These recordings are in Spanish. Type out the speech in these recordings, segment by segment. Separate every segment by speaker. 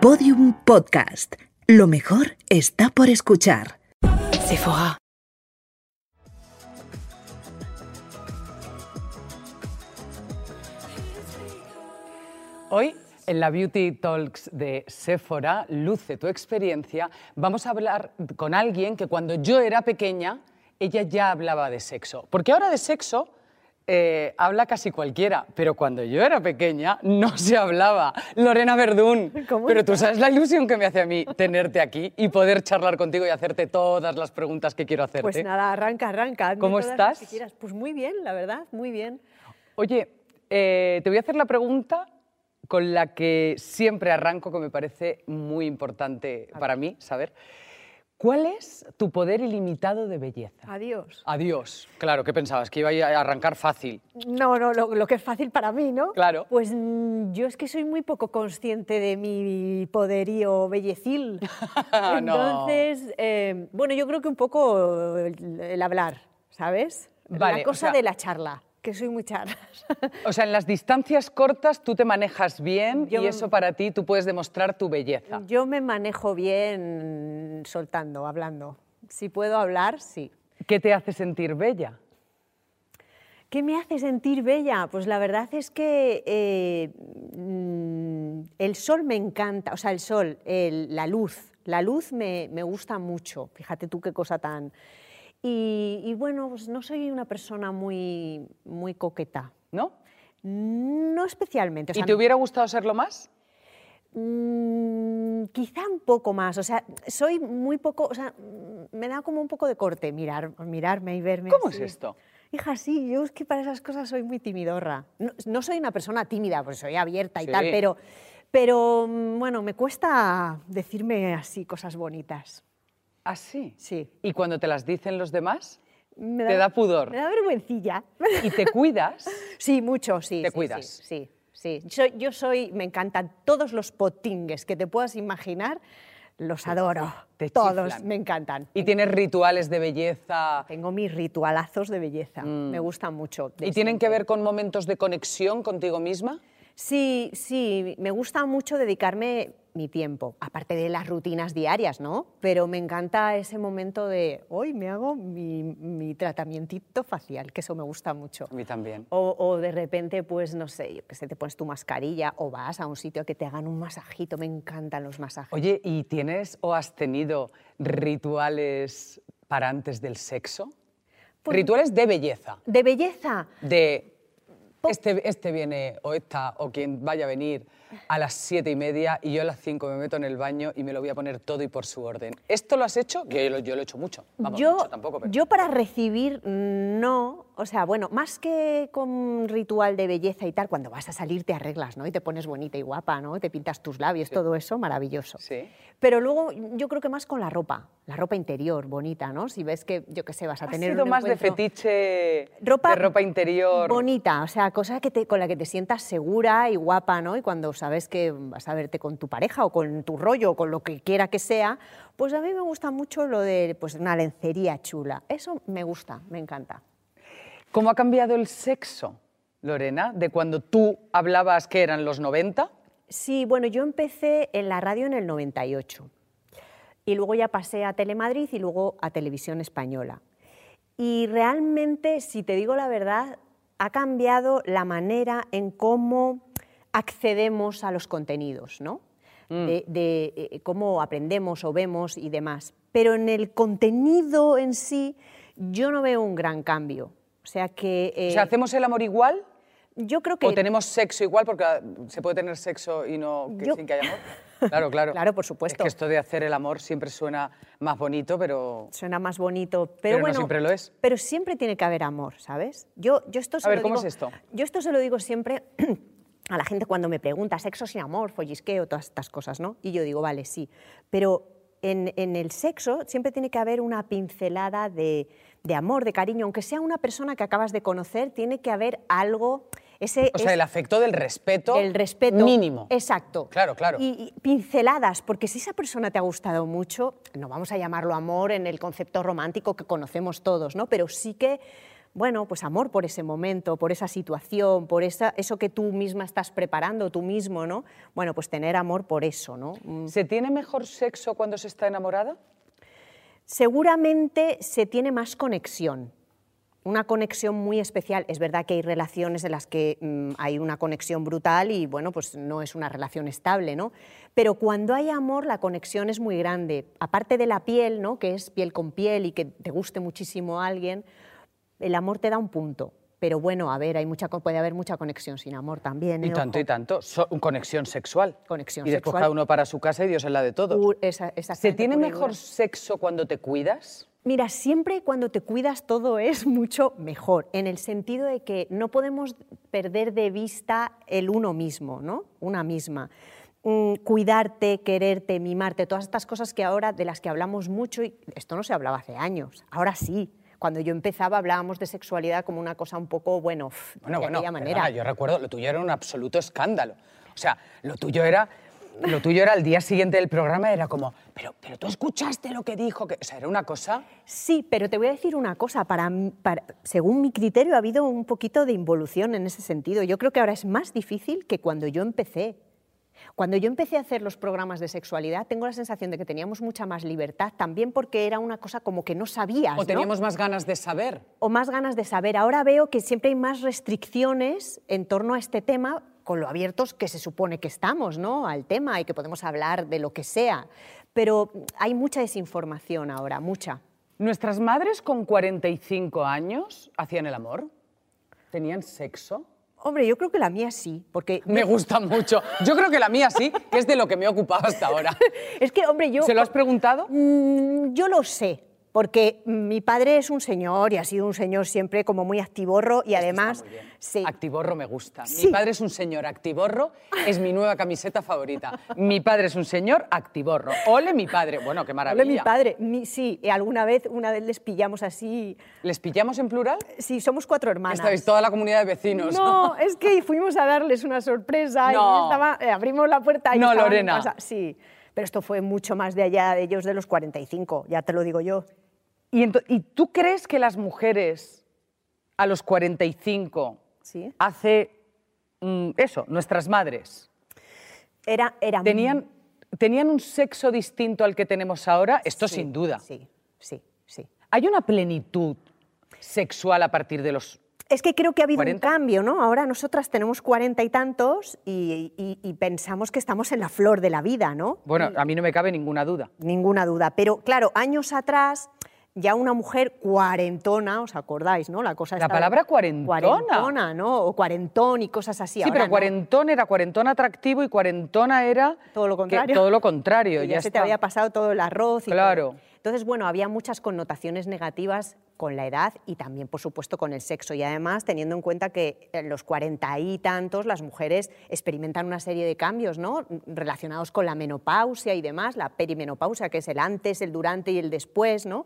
Speaker 1: Podium Podcast. Lo mejor está por escuchar.
Speaker 2: Sephora.
Speaker 3: Hoy, en la Beauty Talks de Sephora, Luce tu experiencia, vamos a hablar con alguien que cuando yo era pequeña, ella ya hablaba de sexo. Porque ahora de sexo eh, habla casi cualquiera, pero cuando yo era pequeña no se hablaba. Lorena Verdún,
Speaker 4: ¿Cómo
Speaker 3: pero tú sabes la ilusión que me hace a mí tenerte aquí y poder charlar contigo y hacerte todas las preguntas que quiero hacerte.
Speaker 4: Pues nada, arranca, arranca. hazme
Speaker 3: ¿Cómo
Speaker 4: todas las que
Speaker 3: estás?
Speaker 4: quieras. Pues muy bien, la verdad, muy bien.
Speaker 3: Oye, eh, te voy a hacer la pregunta con la que siempre arranco, que me parece muy importante para mí saber. ¿Cuál es tu poder ilimitado de
Speaker 4: Ah.
Speaker 3: belleza?
Speaker 4: Adiós.
Speaker 3: Adiós. Claro, ¿qué pensabas? Que iba a arrancar fácil.
Speaker 4: No, no, lo, lo que es fácil para mí, ¿no?
Speaker 3: Claro.
Speaker 4: Pues mm, yo es que soy muy poco consciente de mi poderío bellecil.
Speaker 3: No.
Speaker 4: Entonces, eh, bueno, yo creo que un poco el, el hablar, ¿sabes?
Speaker 3: Vale, o
Speaker 4: la cosa
Speaker 3: sea-
Speaker 4: de la charla, que soy muy charla.
Speaker 3: O sea, en las distancias cortas tú te manejas bien
Speaker 4: Yo
Speaker 3: y
Speaker 4: me- Mm.
Speaker 3: eso para ti tú puedes demostrar tu belleza.
Speaker 4: yo me manejo bien soltando, hablando. Si puedo hablar, sí.
Speaker 3: ¿Qué te hace sentir bella?
Speaker 4: ¿Qué me hace sentir bella? Pues la verdad es que eh, mm, el sol me encanta, o sea, el sol, el- la luz, la luz me, me gusta mucho, fíjate tú qué cosa tan... Y, y bueno, pues no soy una persona muy, muy coqueta,
Speaker 3: ¿No?
Speaker 4: no especialmente. o
Speaker 3: ¿Y
Speaker 4: sea,
Speaker 3: te hubiera gustado serlo más?
Speaker 4: Mm, quizá un poco más, o sea, soy muy poco, o sea, mm, me da como un poco de corte mirar, mirarme y verme.
Speaker 3: ¿Cómo
Speaker 4: así.
Speaker 3: es esto?
Speaker 4: Hija, sí, yo es que para esas cosas soy muy timidorra. No, no soy una persona tímida, porque soy abierta y
Speaker 3: Sí.
Speaker 4: tal, pero, pero mm, bueno, me cuesta decirme así cosas bonitas.
Speaker 3: Así.
Speaker 4: Sí.
Speaker 3: ¿Ah, ¿Y cuando te las dicen los demás?
Speaker 4: Me
Speaker 3: Te da pudor.
Speaker 4: Me da vergüencilla.
Speaker 3: ¿Y te cuidas?
Speaker 4: Sí, mucho, sí.
Speaker 3: Te
Speaker 4: sí,
Speaker 3: cuidas.
Speaker 4: Sí, sí. sí. Soy- yo soy, me encantan todos los potingues que te puedas imaginar, los adoro.
Speaker 3: te
Speaker 4: todos
Speaker 3: chiflan.
Speaker 4: me encantan.
Speaker 3: Y tienes rituales de belleza.
Speaker 4: Tengo mis ritualazos de belleza, me gustan mucho. de
Speaker 3: Mm. ¿Y tienen que
Speaker 4: siempre.
Speaker 3: ver con momentos de conexión contigo misma?
Speaker 4: Sí, sí, me gusta mucho dedicarme mi tiempo, aparte de las rutinas diarias, ¿no? Pero me encanta ese momento de hoy me hago mi, mi tratamientito facial, que eso me gusta mucho.
Speaker 3: A mí también.
Speaker 4: O, o de repente, pues no sé, yo que sé, te pones tu mascarilla o vas a un sitio a que te hagan un masajito, me encantan los masajes.
Speaker 3: Oye, ¿y tienes o has tenido rituales para antes del sexo?
Speaker 4: Pues-
Speaker 3: rituales de belleza.
Speaker 4: De belleza,
Speaker 3: De este, este viene o esta o quien vaya a venir a las siete y media y yo a las cinco me meto en el baño y me lo voy a poner todo y por su orden. ¿Esto lo has hecho? Que yo lo, yo lo he hecho mucho. Vamos,
Speaker 4: yo,
Speaker 3: mucho tampoco, pero-
Speaker 4: yo para recibir no, o sea, bueno, más que con ritual de belleza y tal, cuando vas a salir te arreglas, ¿no? Y te pones bonita y guapa, ¿no? Te pintas tus labios, todo eso, maravilloso.
Speaker 3: Sí.
Speaker 4: Pero luego yo creo que más con la ropa, la ropa interior, bonita, ¿no? Si ves que, yo qué sé, vas a
Speaker 3: ¿Has
Speaker 4: tener
Speaker 3: sido
Speaker 4: un
Speaker 3: más de
Speaker 4: encuentro-
Speaker 3: fetiche,
Speaker 4: ropa
Speaker 3: de ropa interior.
Speaker 4: bonita, o sea, cosa que te- con la que te sientas segura y guapa, ¿no? Y cuando sabes que vas a verte con tu pareja o con tu rollo o con lo que quiera que sea, pues a mí me gusta mucho lo de pues una lencería chula. Eso me gusta, me encanta.
Speaker 3: ¿Cómo ha cambiado el sexo, Lorena, de cuando tú hablabas que eran los 90?
Speaker 4: Sí, bueno, yo empecé en la radio en el 98 y luego ya pasé a Telemadrid y luego a Televisión Española. Y realmente, si te digo la verdad, ha cambiado la manera en cómo accedemos a los contenidos, ¿no?
Speaker 3: Mm.
Speaker 4: De, de, eh, cómo aprendemos o vemos y demás. Pero en el contenido en sí, yo no veo un gran cambio. O sea que.
Speaker 3: O sea,
Speaker 4: eh,
Speaker 3: ¿hacemos el amor igual
Speaker 4: yo creo que.
Speaker 3: o tenemos sexo igual? Porque ah, se puede tener sexo y no que-
Speaker 4: Yo-
Speaker 3: sin que haya amor. Claro, claro.
Speaker 4: Claro, por supuesto.
Speaker 3: Es que esto de hacer el amor siempre suena más bonito, pero...
Speaker 4: suena más bonito, pero,
Speaker 3: Pero no
Speaker 4: bueno,
Speaker 3: siempre lo es.
Speaker 4: Pero siempre tiene que haber amor, ¿sabes? Yo, yo esto se
Speaker 3: ver,
Speaker 4: lo
Speaker 3: ¿cómo
Speaker 4: digo-
Speaker 3: es esto?
Speaker 4: Yo esto se lo digo siempre a la gente cuando me pregunta sexo sin amor, follisqueo, todas estas cosas, ¿no? Y yo digo, vale, sí, pero en, en el sexo siempre tiene que haber una pincelada de, de amor, de cariño, aunque sea una persona que acabas de conocer, tiene que haber algo, ese,
Speaker 3: O sea,
Speaker 4: ese-
Speaker 3: el afecto del respeto,
Speaker 4: el respeto
Speaker 3: mínimo.
Speaker 4: Exacto.
Speaker 3: Claro, claro.
Speaker 4: Y, y pinceladas, porque si esa persona te ha gustado mucho, no vamos a llamarlo amor en el concepto romántico que conocemos todos, ¿no? Pero sí que bueno, pues amor por ese momento, por esa situación, por esa, eso que tú misma estás preparando, tú mismo, ¿no? Bueno, pues tener amor por eso, ¿no? Mm.
Speaker 3: ¿Se tiene mejor sexo cuando se está enamorada?
Speaker 4: Seguramente se tiene más conexión, una conexión muy especial. Es verdad que hay relaciones en las que mm, hay una conexión brutal y bueno, pues no es una relación estable, ¿no? Pero cuando hay amor la conexión es muy grande. Aparte de la piel, ¿no? Que es piel con piel y que te guste muchísimo a alguien, el amor te da un punto. Pero bueno, a ver, hay mucha, co- puede haber mucha conexión sin amor también.
Speaker 3: Y
Speaker 4: ¿eh?
Speaker 3: tanto
Speaker 4: Ojo.
Speaker 3: y tanto. So- conexión sexual.
Speaker 4: Conexión
Speaker 3: y después
Speaker 4: sexual.
Speaker 3: cada uno para su casa y Dios es la de todos.
Speaker 4: Pu- esa-
Speaker 3: ¿Se
Speaker 4: exactamente,
Speaker 3: tiene
Speaker 4: pura y dura.
Speaker 3: mejor sexo cuando te cuidas?
Speaker 4: Mira, siempre cuando te cuidas todo es mucho mejor, en el sentido de que no podemos perder de vista el uno mismo, ¿no? Una misma. Mm, cuidarte, quererte, mimarte, todas estas cosas que ahora de las que hablamos mucho y esto no se hablaba hace años, ahora sí. Cuando yo empezaba hablábamos de sexualidad como una cosa un poco, bueno, uf,
Speaker 3: Bueno,
Speaker 4: de
Speaker 3: bueno,
Speaker 4: aquella manera.
Speaker 3: perdona, yo recuerdo, lo tuyo era un absoluto escándalo. O sea, lo tuyo era, lo tuyo era el día siguiente del programa, era como, pero, pero tú escuchaste lo que dijo, que, o sea, era una cosa...
Speaker 4: Sí, pero te voy a decir una cosa. Para, mí- para- según mi criterio, ha habido un poquito de involución en ese sentido. Yo creo que ahora es más difícil que cuando yo empecé. Cuando yo empecé a hacer los programas de sexualidad, tengo la sensación de que teníamos mucha más libertad, también porque era una cosa como que no sabías.
Speaker 3: O
Speaker 4: ¿no?
Speaker 3: teníamos más ganas de saber.
Speaker 4: o más ganas de saber. Ahora veo que siempre hay más restricciones en torno a este tema con lo abiertos que se supone que estamos ¿no? al tema y que podemos hablar de lo que sea. Pero hay mucha desinformación ahora, mucha.
Speaker 3: ¿Nuestras madres con 45 años hacían el amor? ¿Tenían sexo?
Speaker 4: Hombre, yo creo que la mía sí, porque
Speaker 3: Me gusta mucho. Yo creo que la mía sí, que es de lo que me he ocupado hasta ahora.
Speaker 4: es que, hombre, yo
Speaker 3: ¿Se lo has preguntado?
Speaker 4: Mm, yo lo sé, porque mi padre es un señor y ha sido un señor siempre como muy activorro y además
Speaker 3: Está muy bien.
Speaker 4: sí.
Speaker 3: Activorro me gusta.
Speaker 4: Sí.
Speaker 3: Mi padre es un señor activorro, es mi nueva camiseta favorita. Mi padre es un señor activorro. Ole mi padre. Bueno, qué maravilla.
Speaker 4: Hablo de mi padre, mi- sí, y alguna vez una vez les pillamos así,
Speaker 3: ¿Les pillamos en plural?
Speaker 4: sí, somos cuatro hermanas.
Speaker 3: Estáis toda la comunidad de vecinos.
Speaker 4: No, es que fuimos a darles una sorpresa y
Speaker 3: No.
Speaker 4: estaba- eh, abrimos la puerta y
Speaker 3: No,
Speaker 4: estaba mi
Speaker 3: Lorena.
Speaker 4: casa. Sí, pero esto fue mucho más de allá de ellos de los 45, ya te lo digo yo.
Speaker 3: ¿Y, ento- ¿Y tú crees que las mujeres a los 45
Speaker 4: Sí.
Speaker 3: hace mm, eso, nuestras madres,
Speaker 4: Era, era
Speaker 3: tenían, tenían un sexo distinto al que tenemos ahora? Esto
Speaker 4: Sí,
Speaker 3: sin duda.
Speaker 4: Sí, sí, sí.
Speaker 3: ¿Hay una plenitud sexual a partir de los
Speaker 4: Es que creo que ha habido
Speaker 3: 40.
Speaker 4: un cambio, ¿no? Ahora nosotras tenemos cuarenta y tantos y, y- y pensamos que estamos en la flor de la vida, ¿no?
Speaker 3: Bueno, a mí no me cabe ninguna duda.
Speaker 4: Ninguna duda. Pero claro, años atrás, ya una mujer cuarentona, ¿os acordáis, no? La cosa
Speaker 3: La
Speaker 4: esta de-
Speaker 3: palabra cuarentona.
Speaker 4: Cuarentona, ¿no? O cuarentón y cosas así.
Speaker 3: Sí,
Speaker 4: Ahora
Speaker 3: pero
Speaker 4: no.
Speaker 3: cuarentón era cuarentón atractivo y cuarentona era...
Speaker 4: Todo lo
Speaker 3: que-
Speaker 4: contrario.
Speaker 3: todo lo contrario,
Speaker 4: Que
Speaker 3: ya,
Speaker 4: ya, se te
Speaker 3: está.
Speaker 4: había pasado todo el arroz. Y
Speaker 3: Claro.
Speaker 4: todo. Entonces, bueno, había muchas connotaciones negativas con la edad y también, por supuesto, con el sexo. Y además, teniendo en cuenta que en los cuarenta y tantos las mujeres experimentan una serie de cambios, ¿no? Relacionados con la menopausia y demás, la perimenopausia, que es el antes, el durante y el después, ¿no?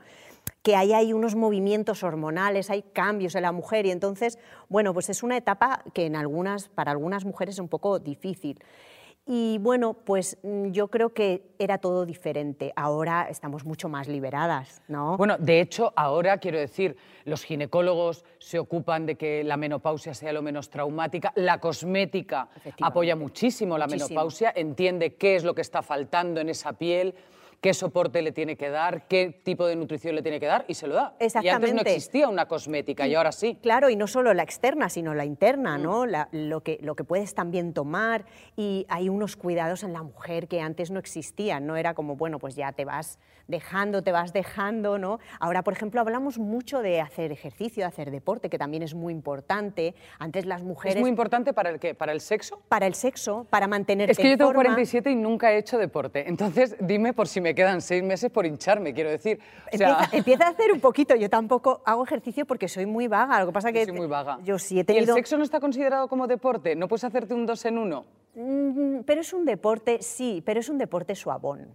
Speaker 4: que ahí hay unos movimientos hormonales, hay cambios en la mujer y entonces, bueno, pues es una etapa que en algunas, para algunas mujeres es un poco difícil. Y bueno, pues mm, yo creo que era todo diferente. Ahora estamos mucho más liberadas, ¿no?
Speaker 3: Bueno, de hecho, ahora quiero decir, los ginecólogos se ocupan de que la menopausia sea lo menos traumática, la cosmética
Speaker 4: Efectivamente.
Speaker 3: apoya muchísimo la
Speaker 4: Muchísimo.
Speaker 3: menopausia, entiende qué es lo que está faltando en esa piel, qué soporte le tiene que dar, qué tipo de nutrición le tiene que dar y se lo da. Y antes no
Speaker 4: Exactamente.
Speaker 3: existía una cosmética y ahora sí.
Speaker 4: Claro, y no solo la externa, sino la interna,
Speaker 3: Mm.
Speaker 4: ¿no? La- lo, que, lo que puedes también tomar. Y hay unos cuidados en la mujer que antes no existían, ¿no? Era como, bueno, pues ya te vas dejando, te vas dejando, ¿no? Ahora, por ejemplo, hablamos mucho de hacer ejercicio, de hacer deporte, que también es muy importante. Antes las mujeres...
Speaker 3: ¿Es muy importante para el, qué? ¿Para el sexo?
Speaker 4: Para el sexo, para mantenerte
Speaker 3: Es que yo
Speaker 4: en
Speaker 3: tengo
Speaker 4: forma.
Speaker 3: 47 y nunca he hecho deporte. Entonces, dime por si me quedan seis meses por hincharme, quiero decir. O sea,
Speaker 4: Empieza, empieza a hacer un poquito. Yo tampoco hago ejercicio porque soy muy vaga. Lo que pasa que
Speaker 3: soy muy vaga.
Speaker 4: yo sí he
Speaker 3: ¿Y el
Speaker 4: tenido
Speaker 3: sexo no está considerado como deporte? ¿No puedes hacerte un dos en uno?
Speaker 4: Mm, Pero es un deporte, sí, pero es un deporte suavón.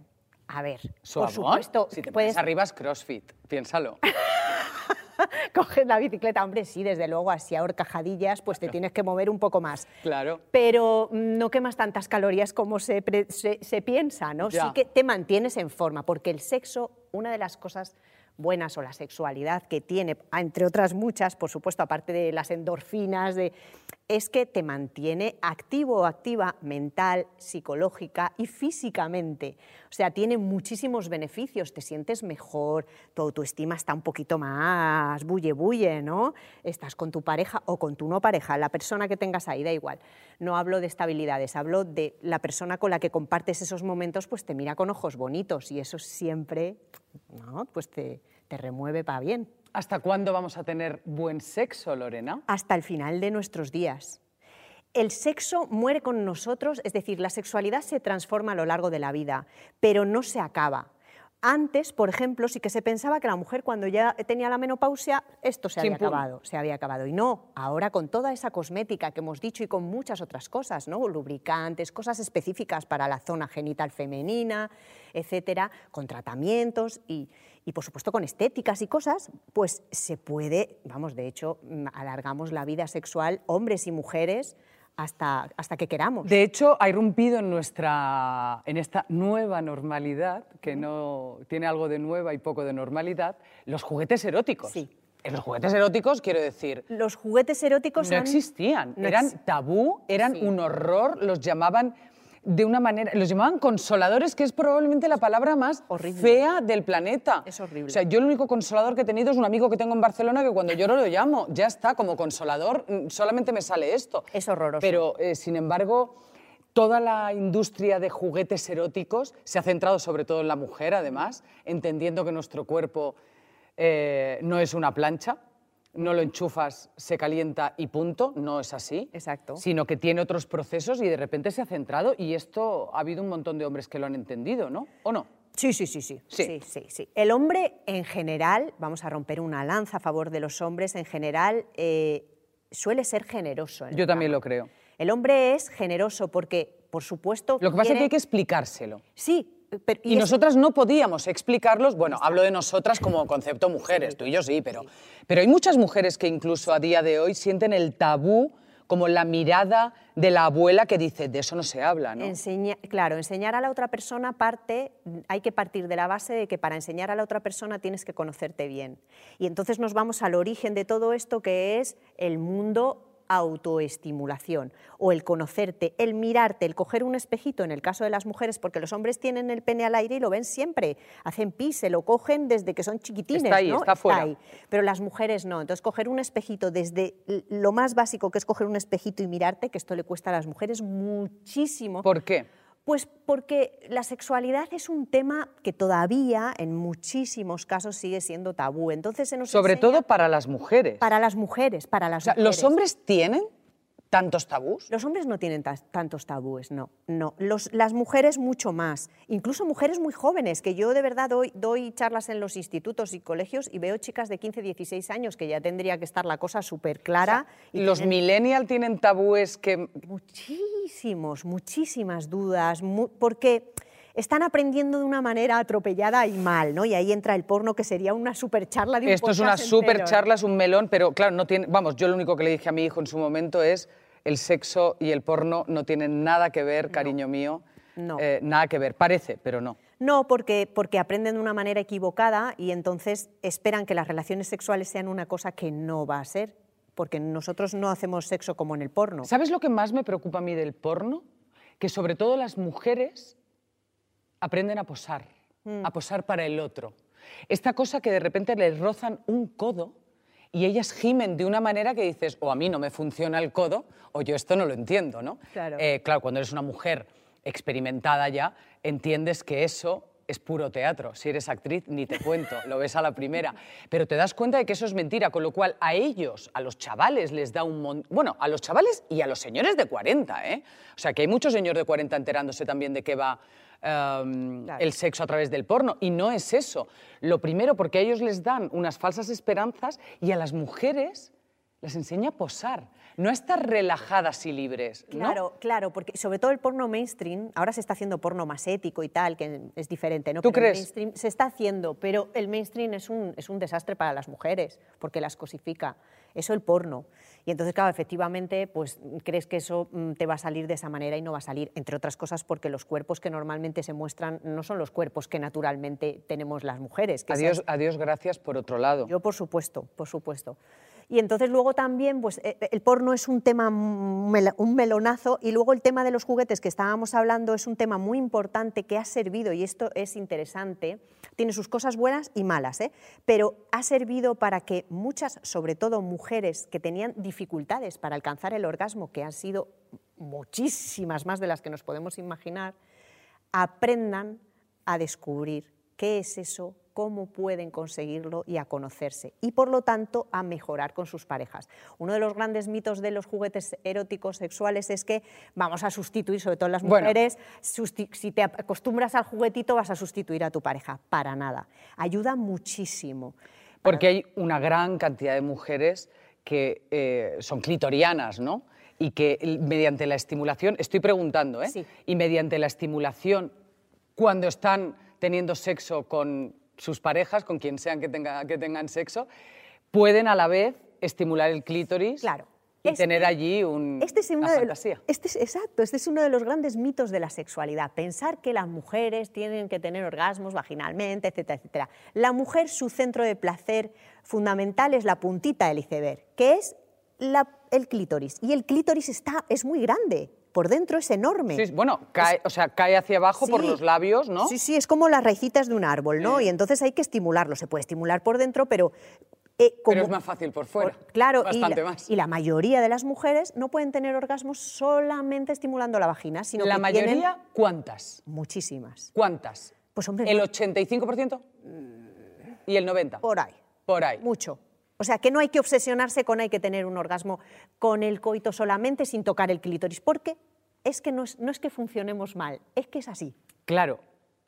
Speaker 4: A ver,
Speaker 3: ¿Suavón?
Speaker 4: por supuesto,
Speaker 3: Si te
Speaker 4: puedes
Speaker 3: pones arriba es crossfit, piénsalo.
Speaker 4: coger la bicicleta, hombre, sí, desde luego, así a horcajadillas, pues te tienes que mover un poco más.
Speaker 3: Claro.
Speaker 4: Pero mm, no quemas tantas calorías como se, pre- se- se piensa, ¿no?
Speaker 3: Ya.
Speaker 4: Sí que te mantienes en forma, porque el sexo, una de las cosas buenas o la sexualidad que tiene, entre otras muchas, por supuesto, aparte de las endorfinas, de, es que te mantiene activo o activa mental, psicológica y físicamente. O sea, tiene muchísimos beneficios, te sientes mejor, tu autoestima está un poquito más bulle bulle, ¿no? Estás con tu pareja o con tu no pareja, la persona que tengas ahí, da igual. No hablo de estabilidades, hablo de la persona con la que compartes esos momentos, pues te mira con ojos bonitos y eso siempre, ¿no? Pues te, te remueve para bien.
Speaker 3: ¿Hasta cuándo vamos a tener buen sexo, Lorena?
Speaker 4: hasta el final de nuestros días. El sexo muere con nosotros, es decir, la sexualidad se transforma a lo largo de la vida, pero no se acaba. Antes, por ejemplo, sí que se pensaba que la mujer cuando ya tenía la menopausia, esto se había
Speaker 3: Chimpún.
Speaker 4: acabado, se había acabado. Y no, ahora con toda esa cosmética que hemos dicho y con muchas otras cosas, ¿no? lubricantes, cosas específicas para la zona genital femenina, etcétera, con tratamientos y, y, por supuesto con estéticas y cosas, pues se puede, vamos, de hecho, mm, alargamos la vida sexual, hombres y mujeres, hasta, hasta que queramos.
Speaker 3: De hecho, ha irrumpido en, nuestra, en esta nueva normalidad, que no tiene algo de nueva y poco de normalidad, los juguetes eróticos.
Speaker 4: Sí.
Speaker 3: En los juguetes eróticos, quiero decir,
Speaker 4: Los juguetes eróticos
Speaker 3: no
Speaker 4: han-
Speaker 3: existían.
Speaker 4: no
Speaker 3: eran
Speaker 4: ex-
Speaker 3: tabú, eran un horror, los llamaban de una manera, los llamaban consoladores, que es probablemente la palabra más
Speaker 4: Horrible.
Speaker 3: fea del planeta.
Speaker 4: Es horrible.
Speaker 3: O sea, yo el único consolador que he tenido es un amigo que tengo en Barcelona que cuando lloro lo llamo, ya está, como consolador mm, solamente me sale esto.
Speaker 4: Es horroroso.
Speaker 3: Pero, eh, sin embargo, toda la industria de juguetes eróticos se ha centrado sobre todo en la mujer, además, entendiendo que nuestro cuerpo eh, no es una plancha, no lo enchufas, se calienta y punto, no es así.
Speaker 4: Exacto.
Speaker 3: Sino que tiene otros procesos y de repente se ha centrado y esto ha habido un montón de hombres que lo han entendido, ¿no? ¿O no?
Speaker 4: Sí, sí, sí, sí,
Speaker 3: Sí.
Speaker 4: sí. Sí, sí. El hombre en general, vamos a romper una lanza a favor de los hombres, en general eh, suele ser generoso. en el
Speaker 3: Yo también
Speaker 4: amor.
Speaker 3: lo creo.
Speaker 4: El hombre es generoso porque, por supuesto.
Speaker 3: Lo que pasa es que
Speaker 4: quiere-
Speaker 3: hay que explicárselo.
Speaker 4: Sí, pero.
Speaker 3: Y,
Speaker 4: es-
Speaker 3: nosotras no podíamos explicarlos, bueno, hablo de nosotras como concepto mujeres, tú y yo sí, pero, pero hay muchas mujeres que incluso a día de hoy sienten el tabú como la mirada de la abuela que dice, de eso no se habla, ¿no?
Speaker 4: enseña- claro, enseñar a la otra persona parte, hay que partir de la base de que para enseñar a la otra persona tienes que conocerte bien. Y entonces nos vamos al origen de todo esto que es el mundo autoestimulación o el conocerte, el mirarte, el coger un espejito en el caso de las mujeres, porque los hombres tienen el pene al aire y lo ven siempre, hacen pis, se lo cogen desde que son chiquitines,
Speaker 3: Está ahí,
Speaker 4: ¿no?
Speaker 3: está fuera.
Speaker 4: ahí. pero las mujeres no. Entonces, coger un espejito desde l- lo más básico que es coger un espejito y mirarte, que esto le cuesta a las mujeres muchísimo.
Speaker 3: ¿Por qué?
Speaker 4: Pues porque la sexualidad es un tema que todavía en muchísimos casos sigue siendo tabú. Entonces se nos
Speaker 3: Sobre
Speaker 4: enseña
Speaker 3: todo para las mujeres.
Speaker 4: para las mujeres, para las
Speaker 3: o sea,
Speaker 4: mujeres.
Speaker 3: ¿los hombres tienen tantos tabús?
Speaker 4: Los hombres no tienen tas- tantos tabúes, no, no. Los- las mujeres mucho más, incluso mujeres muy jóvenes, que yo de verdad doy, doy charlas en los institutos y colegios y veo chicas de 15, 16 años que ya tendría que estar la cosa súper clara. y
Speaker 3: ¿Los millennial tienen tabúes que...
Speaker 4: muchísimos, muchísimas dudas, mu- porque están aprendiendo de una manera atropellada y mal, ¿no? Y ahí entra el porno, que sería una super charla de un
Speaker 3: Esto es una
Speaker 4: podcast
Speaker 3: super
Speaker 4: entero.
Speaker 3: charla, es un melón, pero claro, no tiene... Vamos, yo lo único que le dije a mi hijo en su momento es el sexo y el porno no tienen nada que ver, cariño mío.
Speaker 4: No.
Speaker 3: eh, nada que ver, parece, pero no.
Speaker 4: No, porque, porque aprenden de una manera equivocada y entonces esperan que las relaciones sexuales sean una cosa que no va a ser, porque nosotros no hacemos sexo como en el porno.
Speaker 3: ¿Sabes lo que más me preocupa a mí del porno? Que sobre todo las mujeres aprenden a posar,
Speaker 4: Mm.
Speaker 3: a posar para el otro. Esta cosa que de repente les rozan un codo y ellas gimen de una manera que dices, o a mí no me funciona el codo, o yo esto no lo entiendo, ¿no?
Speaker 4: Claro.
Speaker 3: Eh, claro, cuando eres una mujer experimentada ya, entiendes que eso es puro teatro. Si eres actriz, ni te cuento, lo ves a la primera. Pero te das cuenta de que eso es mentira, con lo cual a ellos, a los chavales, les da un montón... Bueno, a los chavales y a los señores de 40, ¿eh? O sea, que hay muchos señores de 40 enterándose también de qué va em,
Speaker 4: Claro.
Speaker 3: el sexo a través del porno. Y no es eso. Lo primero, porque a ellos les dan unas falsas esperanzas y a las mujeres les enseña a posar. no estar relajadas y libres. ¿no?
Speaker 4: Claro, claro, porque sobre todo el porno mainstream, ahora se está haciendo porno más ético y tal, que es diferente, ¿no?
Speaker 3: ¿Tú
Speaker 4: Pero el
Speaker 3: crees?
Speaker 4: mainstream se está haciendo, pero el mainstream es un, es un desastre para las mujeres, porque las cosifica. Eso el porno. Y entonces, claro, efectivamente, pues crees que eso mm, te va a salir de esa manera y no va a salir, entre otras cosas porque los cuerpos que normalmente se muestran no son los cuerpos que naturalmente tenemos las mujeres. Que esa
Speaker 3: Adiós,
Speaker 4: es-
Speaker 3: adiós, gracias por otro lado.
Speaker 4: yo, por supuesto, por supuesto. Y entonces luego también, pues eh, el porno es un tema, un mel- un melonazo, y luego el tema de los juguetes que estábamos hablando es un tema muy importante que ha servido, y esto es interesante, tiene sus cosas buenas y malas, ¿eh? pero ha servido para que muchas, sobre todo mujeres que tenían dificultades para alcanzar el orgasmo, que han sido muchísimas más de las que nos podemos imaginar, aprendan a descubrir qué es eso, cómo pueden conseguirlo y a conocerse y por lo tanto a mejorar con sus parejas. Uno de los grandes mitos de los juguetes eróticos sexuales es que vamos a sustituir, sobre todo las
Speaker 3: Bueno.
Speaker 4: mujeres, susti- si te acostumbras al juguetito vas a sustituir a tu pareja, para nada. Ayuda muchísimo.
Speaker 3: Porque hay una gran cantidad de mujeres que eh, son clitorianas, ¿no? Y que el- mediante la estimulación, estoy preguntando, ¿eh?
Speaker 4: Sí.
Speaker 3: Y mediante la estimulación, cuando están teniendo sexo con sus parejas, con quien sean que, tenga- que tengan sexo, pueden a la vez estimular el clítoris
Speaker 4: Claro.
Speaker 3: y
Speaker 4: Este-
Speaker 3: tener allí un,
Speaker 4: Este es,
Speaker 3: una
Speaker 4: uno de los,
Speaker 3: fantasía.
Speaker 4: este es- exacto, este es uno de los grandes mitos de la sexualidad. Pensar que las mujeres tienen que tener orgasmos vaginalmente, etcétera, etcétera. La mujer, su centro de placer fundamental es la puntita del iceberg, que es la- el clítoris. Y el clítoris está, es muy grande, por dentro es enorme.
Speaker 3: Sí, bueno, cae, o sea, cae hacia abajo por
Speaker 4: Sí.
Speaker 3: los labios, ¿no?
Speaker 4: Sí, sí, es como las raicitas de un árbol, ¿no?
Speaker 3: Sí.
Speaker 4: Y entonces hay que estimularlo. Se puede estimular por dentro, pero. eh, como-
Speaker 3: Pero es más fácil por fuera.
Speaker 4: Claro, y
Speaker 3: bastante
Speaker 4: la,
Speaker 3: más.
Speaker 4: y la mayoría de las mujeres no pueden tener orgasmos solamente estimulando la vagina, sino
Speaker 3: la
Speaker 4: que
Speaker 3: mayoría,
Speaker 4: tienen
Speaker 3: ¿cuántas?
Speaker 4: muchísimas.
Speaker 3: ¿Cuántas?
Speaker 4: Pues hombre,
Speaker 3: ¿El
Speaker 4: no,
Speaker 3: 85%? ¿Y el 90%?
Speaker 4: por ahí,
Speaker 3: Por ahí.
Speaker 4: mucho. O sea, que no hay que obsesionarse con hay que tener un orgasmo con el coito solamente sin tocar el clítoris, porque es que no es, no es que funcionemos mal, es que es así.
Speaker 3: Claro,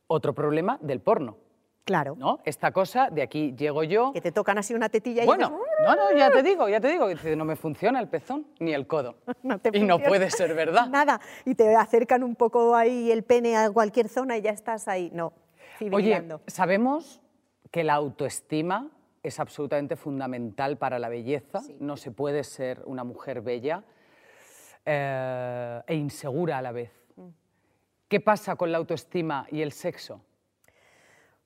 Speaker 3: otro problema del porno,
Speaker 4: Claro.
Speaker 3: ¿no? Esta cosa de aquí llego yo.
Speaker 4: Que te tocan así una tetilla y
Speaker 3: Bueno,
Speaker 4: dices, "Mm,
Speaker 3: no, no, ya te digo, ya te digo. que dice, no me funciona el pezón ni el codo.
Speaker 4: No te
Speaker 3: y no
Speaker 4: funciona
Speaker 3: puede ser verdad.
Speaker 4: Nada. Y te acercan un poco ahí el pene a cualquier zona y ya estás ahí. No.
Speaker 3: Oye,
Speaker 4: fibrilando.
Speaker 3: sabemos que la autoestima es absolutamente fundamental para la belleza. No se puede ser una mujer bella eh, e insegura a la vez.
Speaker 4: Mm.
Speaker 3: ¿Qué pasa con la autoestima y el sexo?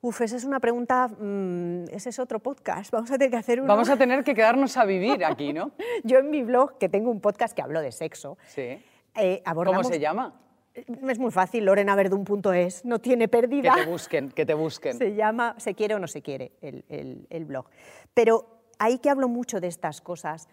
Speaker 4: Uf, esa es una pregunta. mm, ese es otro podcast. Vamos a tener que hacer uno.
Speaker 3: Vamos a tener que quedarnos a vivir aquí, ¿no?
Speaker 4: Yo en mi blog, que tengo un podcast que hablo de sexo,
Speaker 3: Sí.
Speaker 4: eh,
Speaker 3: ¿Cómo
Speaker 4: abordamos.
Speaker 3: se llama?
Speaker 4: Es muy fácil, lorenaverdun.es. No tiene
Speaker 3: Que
Speaker 4: pérdida.
Speaker 3: te busquen, que te busquen.
Speaker 4: Se llama Se quiere o no se quiere el, el- el blog. Pero ahí que hablo mucho de estas cosas,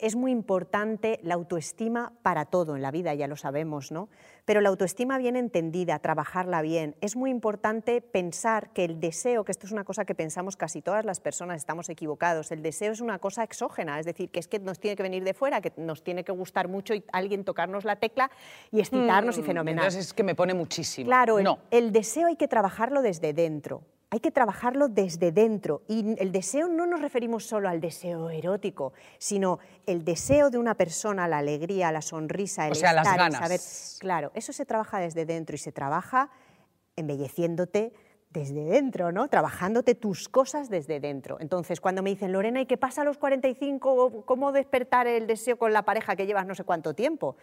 Speaker 4: es muy importante la autoestima para todo en la vida, ya lo sabemos, ¿no? Pero la autoestima bien entendida, trabajarla bien, es muy importante pensar que el deseo, que esto es una cosa que pensamos casi todas las personas, estamos equivocados, el deseo es una cosa exógena, es decir, que es que nos tiene que venir de fuera, que nos tiene que gustar mucho y alguien tocarnos la tecla y excitarnos y
Speaker 3: Mm,
Speaker 4: fenomenal.
Speaker 3: Entonces es que me pone muchísimo.
Speaker 4: Claro, el,
Speaker 3: no.
Speaker 4: el deseo hay que trabajarlo desde dentro. Hay que trabajarlo desde dentro. Y el deseo no nos referimos solo al deseo erótico, sino el deseo de una persona, la alegría, la sonrisa, el
Speaker 3: O sea, las
Speaker 4: estar, el
Speaker 3: ganas.
Speaker 4: saber. Claro, eso se trabaja desde dentro y se trabaja embelleciéndote desde dentro, ¿no? Trabajándote tus cosas desde dentro. Entonces, cuando me dicen, Lorena, ¿y qué pasa a los 45? ¿O ¿Cómo despertar el deseo con la pareja que llevas no sé cuánto tiempo?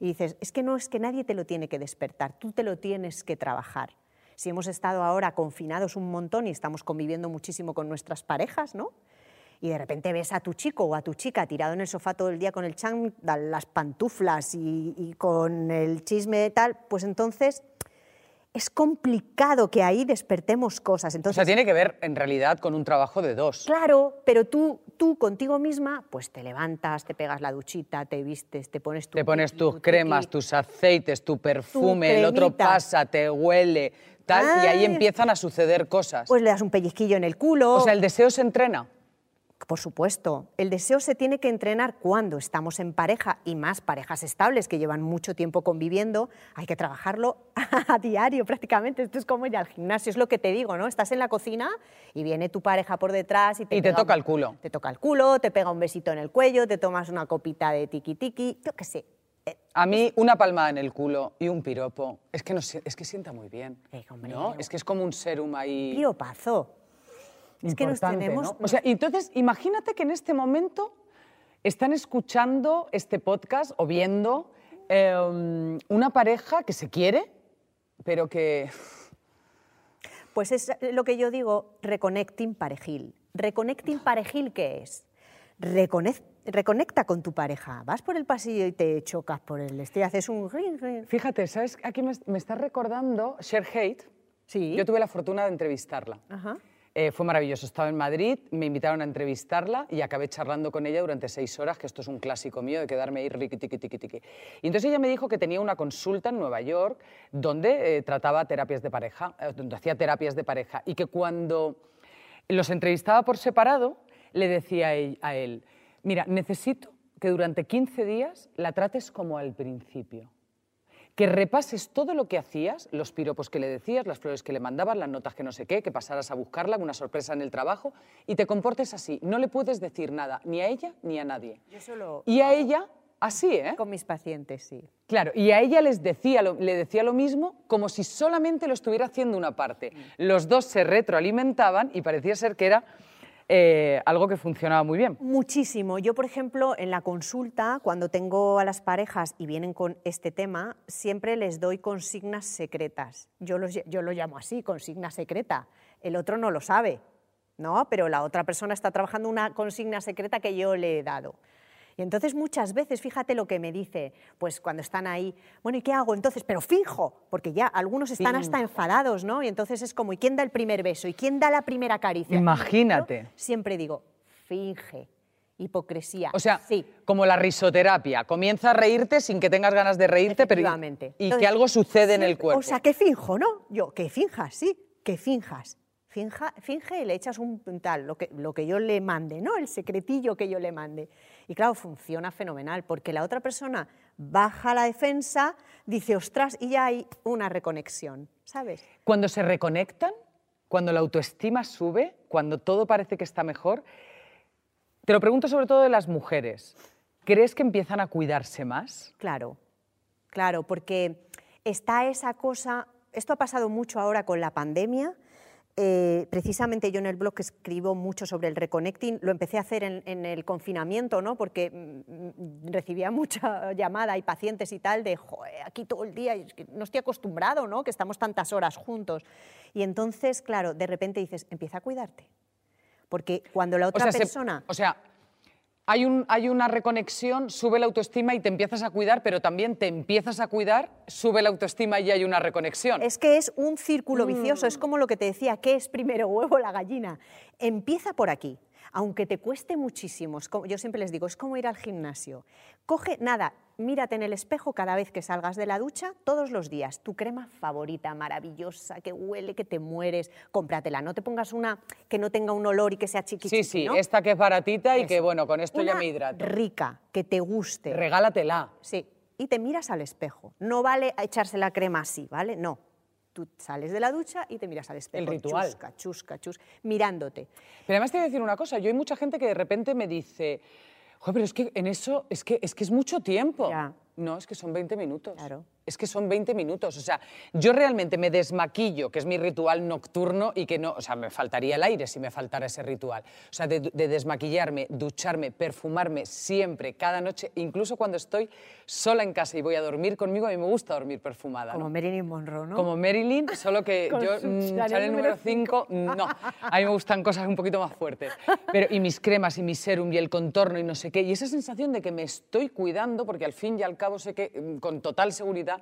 Speaker 4: Y dices, es que no, es que nadie te lo tiene que despertar, tú te lo tienes que trabajar. Si hemos estado ahora confinados un montón y estamos conviviendo muchísimo con nuestras parejas, ¿no? y de repente ves a tu chico o a tu chica tirado en el sofá todo el día con el chándal, las pantuflas y, y con el chisme tal, pues entonces es complicado que ahí despertemos cosas.
Speaker 3: O
Speaker 4: Entonces,
Speaker 3: sea, tiene que ver en realidad con un trabajo de dos.
Speaker 4: claro, pero tú, tú contigo misma, pues te levantas, te pegas la duchita, te vistes, te pones tu
Speaker 3: Te pones
Speaker 4: kiki,
Speaker 3: tus
Speaker 4: tu
Speaker 3: cremas,
Speaker 4: tiki.
Speaker 3: tus aceites, tu perfume, el otro
Speaker 4: cremita.
Speaker 3: pasa, te huele, tal, y ahí
Speaker 4: Ay.
Speaker 3: empiezan a suceder cosas.
Speaker 4: Pues le das un pellizquillo en el culo.
Speaker 3: o sea, el deseo se entrena.
Speaker 4: Por supuesto, el deseo se tiene que entrenar cuando estamos en pareja y más parejas estables que llevan mucho tiempo conviviendo. Hay que trabajarlo a diario prácticamente. Esto es como ir al gimnasio, es lo que te digo, ¿no? Estás en la cocina y viene tu pareja por detrás y te,
Speaker 3: Y te
Speaker 4: pega
Speaker 3: toca
Speaker 4: un-
Speaker 3: el culo.
Speaker 4: Te toca el culo, te pega un besito en el cuello, te tomas una copita de tiki tiki, yo qué sé. Eh,
Speaker 3: A mí una palmada en el culo y un piropo, es que, no, sé- es que sienta muy bien.
Speaker 4: Eh, hombre,
Speaker 3: ¿no?
Speaker 4: no.
Speaker 3: Es que es como un serum ahí
Speaker 4: Piropazo. Es que nos
Speaker 3: importante,
Speaker 4: tenemos-
Speaker 3: ¿no? O sea, y entonces imagínate que en este momento están escuchando este podcast o viendo eh, una pareja que se quiere, pero que...
Speaker 4: Pues es lo que yo digo, reconnecting parejil. ¿Reconnecting parejil qué es? Reconec- reconecta con tu pareja. Vas por el pasillo y te chocas por el este y haces un... rin, rin.
Speaker 3: Fíjate, ¿sabes? Aquí me, me está recordando Cher Hate.
Speaker 4: Sí. Ah.
Speaker 3: Yo tuve la fortuna de entrevistarla.
Speaker 4: Ajá.
Speaker 3: Eh, fue maravilloso. Estaba en Madrid, me invitaron a entrevistarla y acabé charlando con ella durante seis horas, que esto es un clásico mío de quedarme ahí riqui, tiqui, tiqui, tiqui. Y entonces ella me dijo que tenía una consulta en Nueva York donde eh, trataba terapias de pareja, eh, donde hacía terapias de pareja y que cuando los entrevistaba por separado le decía a él, a él, mira, necesito que durante 15 días la trates como al principio que repases todo lo que hacías, los piropos que le decías, las flores que le mandabas, las notas que no sé qué, que pasaras a buscarla, una sorpresa en el trabajo, y te comportes así. No le puedes decir nada, ni a ella ni a nadie.
Speaker 4: Yo solo
Speaker 3: Y a ella, así, ¿eh?
Speaker 4: con mis pacientes, sí.
Speaker 3: Claro, y a ella les decía lo- le decía lo mismo como si solamente lo estuviera haciendo una parte. Los dos se retroalimentaban y parecía ser que era eh, algo que funcionaba muy bien.
Speaker 4: Muchísimo. Yo, por ejemplo, en la consulta, cuando tengo a las parejas y vienen con este tema, siempre les doy consignas secretas. Yo lo, yo lo llamo así, consigna secreta. El otro no lo sabe, ¿no? Pero la otra persona está trabajando una consigna secreta que yo le he dado. Y entonces muchas veces, fíjate lo que me dice, pues cuando están ahí, bueno, ¿y qué hago entonces? Pero finjo, porque ya algunos están hasta enfadados, ¿no? Y entonces es como, ¿y quién da el primer beso? ¿Y quién da la primera caricia?
Speaker 3: Imagínate.
Speaker 4: Yo siempre digo, finge, hipocresía.
Speaker 3: O sea,
Speaker 4: sí.
Speaker 3: como la risoterapia. Comienza a reírte sin que tengas ganas de reírte, pero y,
Speaker 4: efectivamente.
Speaker 3: y que
Speaker 4: Entonces,
Speaker 3: algo sucede en el
Speaker 4: siempre-
Speaker 3: cuerpo.
Speaker 4: O sea, que finjo, ¿no? Yo, que finjas, sí, que finjas. Finja, finge y le echas un tal, lo que, lo que yo le mande, ¿no? El secretillo que yo le mande. Y claro, funciona fenomenal, porque la otra persona baja la defensa, dice, ostras, y ya hay una reconexión, ¿sabes?
Speaker 3: Cuando se reconectan, cuando la autoestima sube, cuando todo parece que está mejor, te lo pregunto sobre todo de las mujeres. ¿Crees que empiezan a cuidarse más?
Speaker 4: Claro, claro, porque está esa cosa, esto ha pasado mucho ahora con la pandemia, eh, precisamente yo en el blog escribo mucho sobre el reconnecting, lo empecé a hacer en, en el confinamiento, ¿no? porque mm, mm, recibía mucha llamada y pacientes y tal de, "Joder, aquí todo el día, y es que no estoy acostumbrado, ¿no? que estamos tantas horas juntos. Y entonces, claro, de repente dices, empieza a cuidarte, porque cuando la otra
Speaker 3: se-
Speaker 4: persona...
Speaker 3: o sea, hay, un, hay una reconexión, sube la autoestima y te empiezas a cuidar, pero también te empiezas a cuidar, sube la autoestima y hay una reconexión.
Speaker 4: Es que es un
Speaker 3: Mm.
Speaker 4: círculo vicioso, es como lo que te decía, ¿qué es primero huevo o la gallina? Empieza por aquí, aunque te cueste muchísimo, es como- yo siempre les digo, es como ir al gimnasio. Coge, nada, mírate en el espejo cada vez que salgas de la ducha, todos los días, tu crema favorita, maravillosa, que huele, que te mueres, cómpratela, no te pongas una que no tenga un olor y que sea chiqui
Speaker 3: sí,
Speaker 4: chiqui,
Speaker 3: sí,
Speaker 4: ¿no?
Speaker 3: esta que es baratita y que,
Speaker 4: Eso.
Speaker 3: bueno, con esto ya
Speaker 4: Una
Speaker 3: me hidrato.
Speaker 4: rica, que te guste.
Speaker 3: Regálatela.
Speaker 4: Sí, y te miras al espejo. No vale echarse la crema así, ¿vale? No. Tú sales de la ducha y te miras al espejo.
Speaker 3: ritual.
Speaker 4: Chusca, chusca, chusca, mirándote.
Speaker 3: Pero además te voy a decir una cosa, yo hay mucha gente que de repente me dice, "Jo, pero es que en eso es que es que es mucho tiempo.
Speaker 4: Ya.
Speaker 3: No, es que son 20 minutos.
Speaker 4: Claro.
Speaker 3: Es que son 20 minutos, o sea, yo realmente me desmaquillo, que es mi ritual nocturno y que no, o sea, me faltaría el aire si me faltara ese ritual. O sea, de, de desmaquillarme, ducharme, perfumarme siempre, cada noche, incluso cuando estoy sola en casa y voy a dormir conmigo, a mí me gusta dormir perfumada.
Speaker 4: Como
Speaker 3: ¿no?
Speaker 4: Marilyn Monroe, ¿no?
Speaker 3: Como Marilyn, solo que
Speaker 4: Con
Speaker 3: yo,
Speaker 4: su
Speaker 3: mm,
Speaker 4: Chanel
Speaker 3: Chanel número
Speaker 4: número
Speaker 3: 5, no. A mí me gustan cosas un poquito más fuertes. Pero, y mis cremas, y mi serum, y el contorno, y no sé qué. Y esa sensación de que me estoy cuidando, porque al fin y al cabo sé que mm, con total seguridad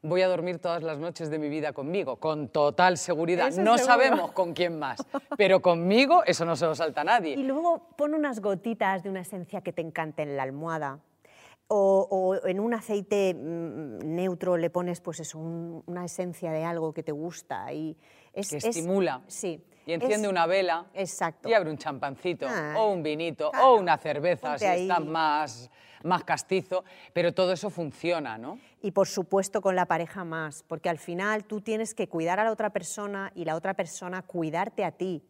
Speaker 3: voy a dormir todas las noches de mi vida conmigo. Con total seguridad.
Speaker 4: Eso
Speaker 3: no
Speaker 4: seguro.
Speaker 3: sabemos con quién más. Pero conmigo, eso no se lo salta a nadie.
Speaker 4: Y luego pon unas gotitas de una esencia que te encante en la almohada. O, o en un aceite mm, neutro le pones pues eso, un- una esencia de algo que te gusta. Y es,
Speaker 3: Que
Speaker 4: es-
Speaker 3: estimula.
Speaker 4: sí,
Speaker 3: Y enciende
Speaker 4: Es-
Speaker 3: una vela.
Speaker 4: Exacto.
Speaker 3: Y abre un champancito,
Speaker 4: Ah,
Speaker 3: o un vinito,
Speaker 4: claro,
Speaker 3: o una cerveza,
Speaker 4: ponte
Speaker 3: si está
Speaker 4: ahí.
Speaker 3: más, más castizo. Pero todo eso funciona, ¿no?
Speaker 4: Y por supuesto con la pareja más, porque al final tú tienes que cuidar a la otra persona y la otra persona cuidarte a ti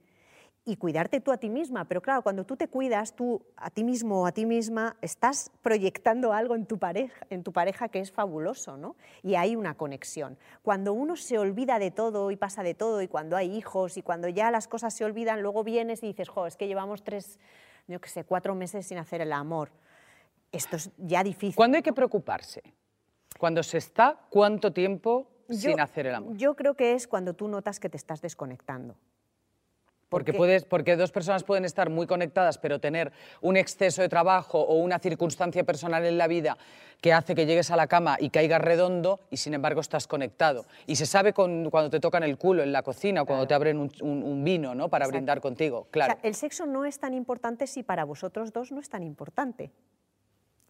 Speaker 4: y cuidarte tú a ti misma. Pero claro, cuando tú te cuidas, tú a ti mismo o a ti misma estás proyectando algo en tu pareja, en tu pareja que es fabuloso, ¿no? Y hay una conexión. Cuando uno se olvida de todo y pasa de todo y cuando hay hijos y cuando ya las cosas se olvidan, luego vienes y dices, jo, es que llevamos tres, yo qué sé, cuatro meses sin hacer el amor. Esto es ya difícil.
Speaker 3: ¿Cuándo hay que preocuparse? Cuando se está, ¿cuánto tiempo
Speaker 4: Yo-
Speaker 3: sin hacer el amor?
Speaker 4: Yo creo que es cuando tú notas que te estás desconectando.
Speaker 3: Porque,
Speaker 4: porque-
Speaker 3: puedes, porque dos personas pueden estar muy conectadas, pero tener un exceso de trabajo o una circunstancia personal en la vida que hace que llegues a la cama y caigas redondo y sin embargo estás conectado. Y se sabe con- cuando te tocan el culo en la cocina o cuando te abren un, un- un vino ¿no? para
Speaker 4: Exacto.
Speaker 3: brindar contigo.
Speaker 4: O sea,
Speaker 3: Claro.
Speaker 4: el sexo no es tan importante si para vosotros dos no es tan importante.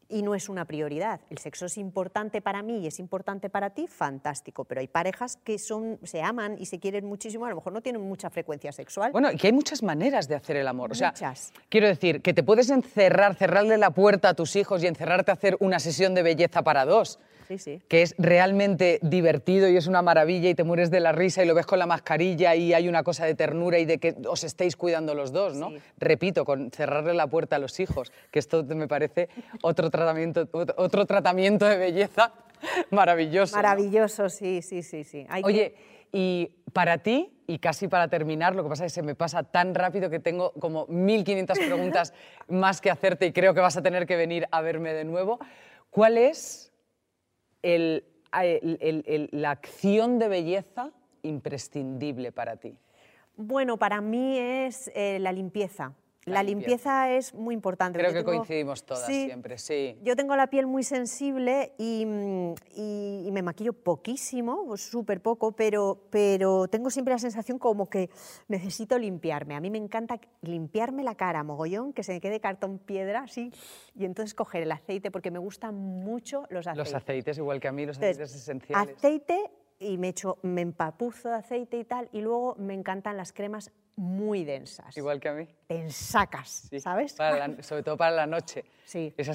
Speaker 4: Y no es una prioridad. El sexo es importante para mí y es importante para ti, fantástico. Pero hay parejas que son, se aman y se quieren muchísimo, a lo mejor no tienen mucha frecuencia sexual.
Speaker 3: Bueno, y que hay muchas maneras de hacer el amor. O sea,
Speaker 4: Muchas.
Speaker 3: quiero decir, que te puedes encerrar, cerrarle la puerta a tus hijos y encerrarte a hacer una sesión de belleza para dos.
Speaker 4: Sí, sí.
Speaker 3: que es realmente divertido y es una maravilla y te mueres de la risa y lo ves con la mascarilla y hay una cosa de ternura y de que os estéis cuidando los dos, ¿no?
Speaker 4: Sí.
Speaker 3: Repito, con cerrarle la puerta a los hijos, que esto me parece otro tratamiento, ot- otro tratamiento de belleza maravilloso. ¿no?
Speaker 4: Maravilloso, sí, sí, sí, sí. Hay que-
Speaker 3: Oye, y para ti, y casi para terminar, lo que pasa es que se me pasa tan rápido que tengo como 1.500 preguntas más que hacerte y creo que vas a tener que venir a verme de nuevo. ¿Cuál es el- el- el- el- la acción de belleza imprescindible para ti?
Speaker 4: Bueno, para mí es eh, la limpieza.
Speaker 3: La
Speaker 4: La, limpieza. es muy importante.
Speaker 3: Creo
Speaker 4: Yo
Speaker 3: que coincidimos todas
Speaker 4: Sí,
Speaker 3: siempre, sí.
Speaker 4: Yo tengo la piel muy sensible y, mm, y- y me maquillo poquísimo, o súper poco, pero, pero tengo siempre la sensación como que necesito limpiarme. A mí me encanta limpiarme la cara, mogollón, que se me quede cartón piedra, así, y entonces coger el aceite, porque me gustan mucho los aceites.
Speaker 3: Los aceites, igual que a mí, los
Speaker 4: Entonces,
Speaker 3: aceites esenciales.
Speaker 4: Aceite y me, echo, me empapuzo de aceite y tal, y luego me encantan las cremas muy densas.
Speaker 3: Igual que a mí.
Speaker 4: Te ensacas,
Speaker 3: sí.
Speaker 4: ¿sabes?
Speaker 3: Para la- sobre todo para la noche.
Speaker 4: Sí.
Speaker 3: Esa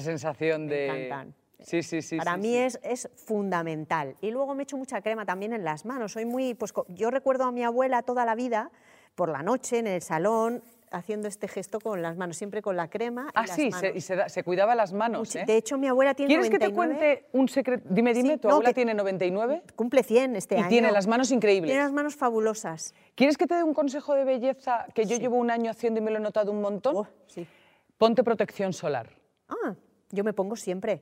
Speaker 3: sensación
Speaker 4: Me
Speaker 3: de...
Speaker 4: encantan.
Speaker 3: Sí, sí, sí.
Speaker 4: Para
Speaker 3: sí,
Speaker 4: mí
Speaker 3: sí.
Speaker 4: Es, es fundamental. Y luego me echo mucha crema también en las manos. Soy muy, pues, co- yo recuerdo a mi abuela toda la vida, por la noche, en el salón, haciendo este gesto con las manos, siempre con la crema. y
Speaker 3: Ah,
Speaker 4: las
Speaker 3: sí, se,
Speaker 4: manos.
Speaker 3: y se, da- se cuidaba las manos.
Speaker 4: Muchi-
Speaker 3: ¿eh?
Speaker 4: De hecho, mi abuela tiene
Speaker 3: ¿Quieres que te
Speaker 4: 99,
Speaker 3: cuente un secreto? Dime, dime,
Speaker 4: Sí,
Speaker 3: tu
Speaker 4: no,
Speaker 3: abuela
Speaker 4: que-
Speaker 3: tiene 99
Speaker 4: Cumple 100 este
Speaker 3: y
Speaker 4: año.
Speaker 3: tiene las manos increíbles.
Speaker 4: Tiene las manos fabulosas.
Speaker 3: ¿Quieres que te dé un consejo de belleza que yo llevo un año haciendo y me lo he notado un montón?
Speaker 4: Oh, sí.
Speaker 3: Ponte protección solar.
Speaker 4: Ah, yo me pongo siempre.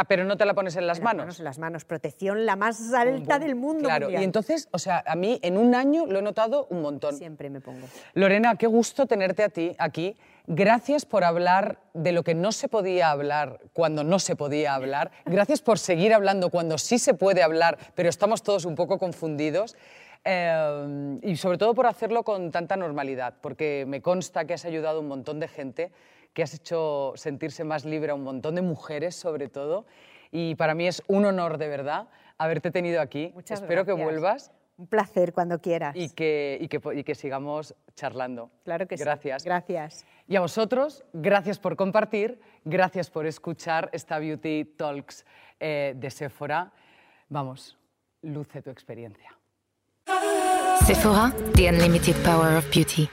Speaker 3: Ah, pero no te la pones en las
Speaker 4: en
Speaker 3: manos.
Speaker 4: En las manos. Protección la más alta del mundo.
Speaker 3: Claro,
Speaker 4: mundial.
Speaker 3: y entonces, o sea, a mí en un año lo he notado un montón.
Speaker 4: Siempre me pongo.
Speaker 3: Lorena, qué gusto tenerte a ti aquí. Gracias por hablar de lo que no se podía hablar cuando no se podía hablar. Gracias por seguir hablando cuando sí se puede hablar, pero estamos todos un poco confundidos. Eh, y sobre todo por hacerlo con tanta normalidad, porque me consta que has ayudado a un montón de gente, que has hecho sentirse más libre a un montón de mujeres sobre todo. Y para mí es un honor de verdad haberte tenido aquí.
Speaker 4: Muchas
Speaker 3: Espero que
Speaker 4: gracias.
Speaker 3: vuelvas
Speaker 4: Un placer cuando quieras.
Speaker 3: y que, y que po- y que sigamos charlando.
Speaker 4: Claro que
Speaker 3: Gracias.
Speaker 4: sí. Gracias.
Speaker 3: Y a vosotros, gracias por compartir, gracias por escuchar esta Beauty Talks eh, de Sephora. Vamos, luce tu experiencia.
Speaker 2: Sephora, the unlimited power of beauty.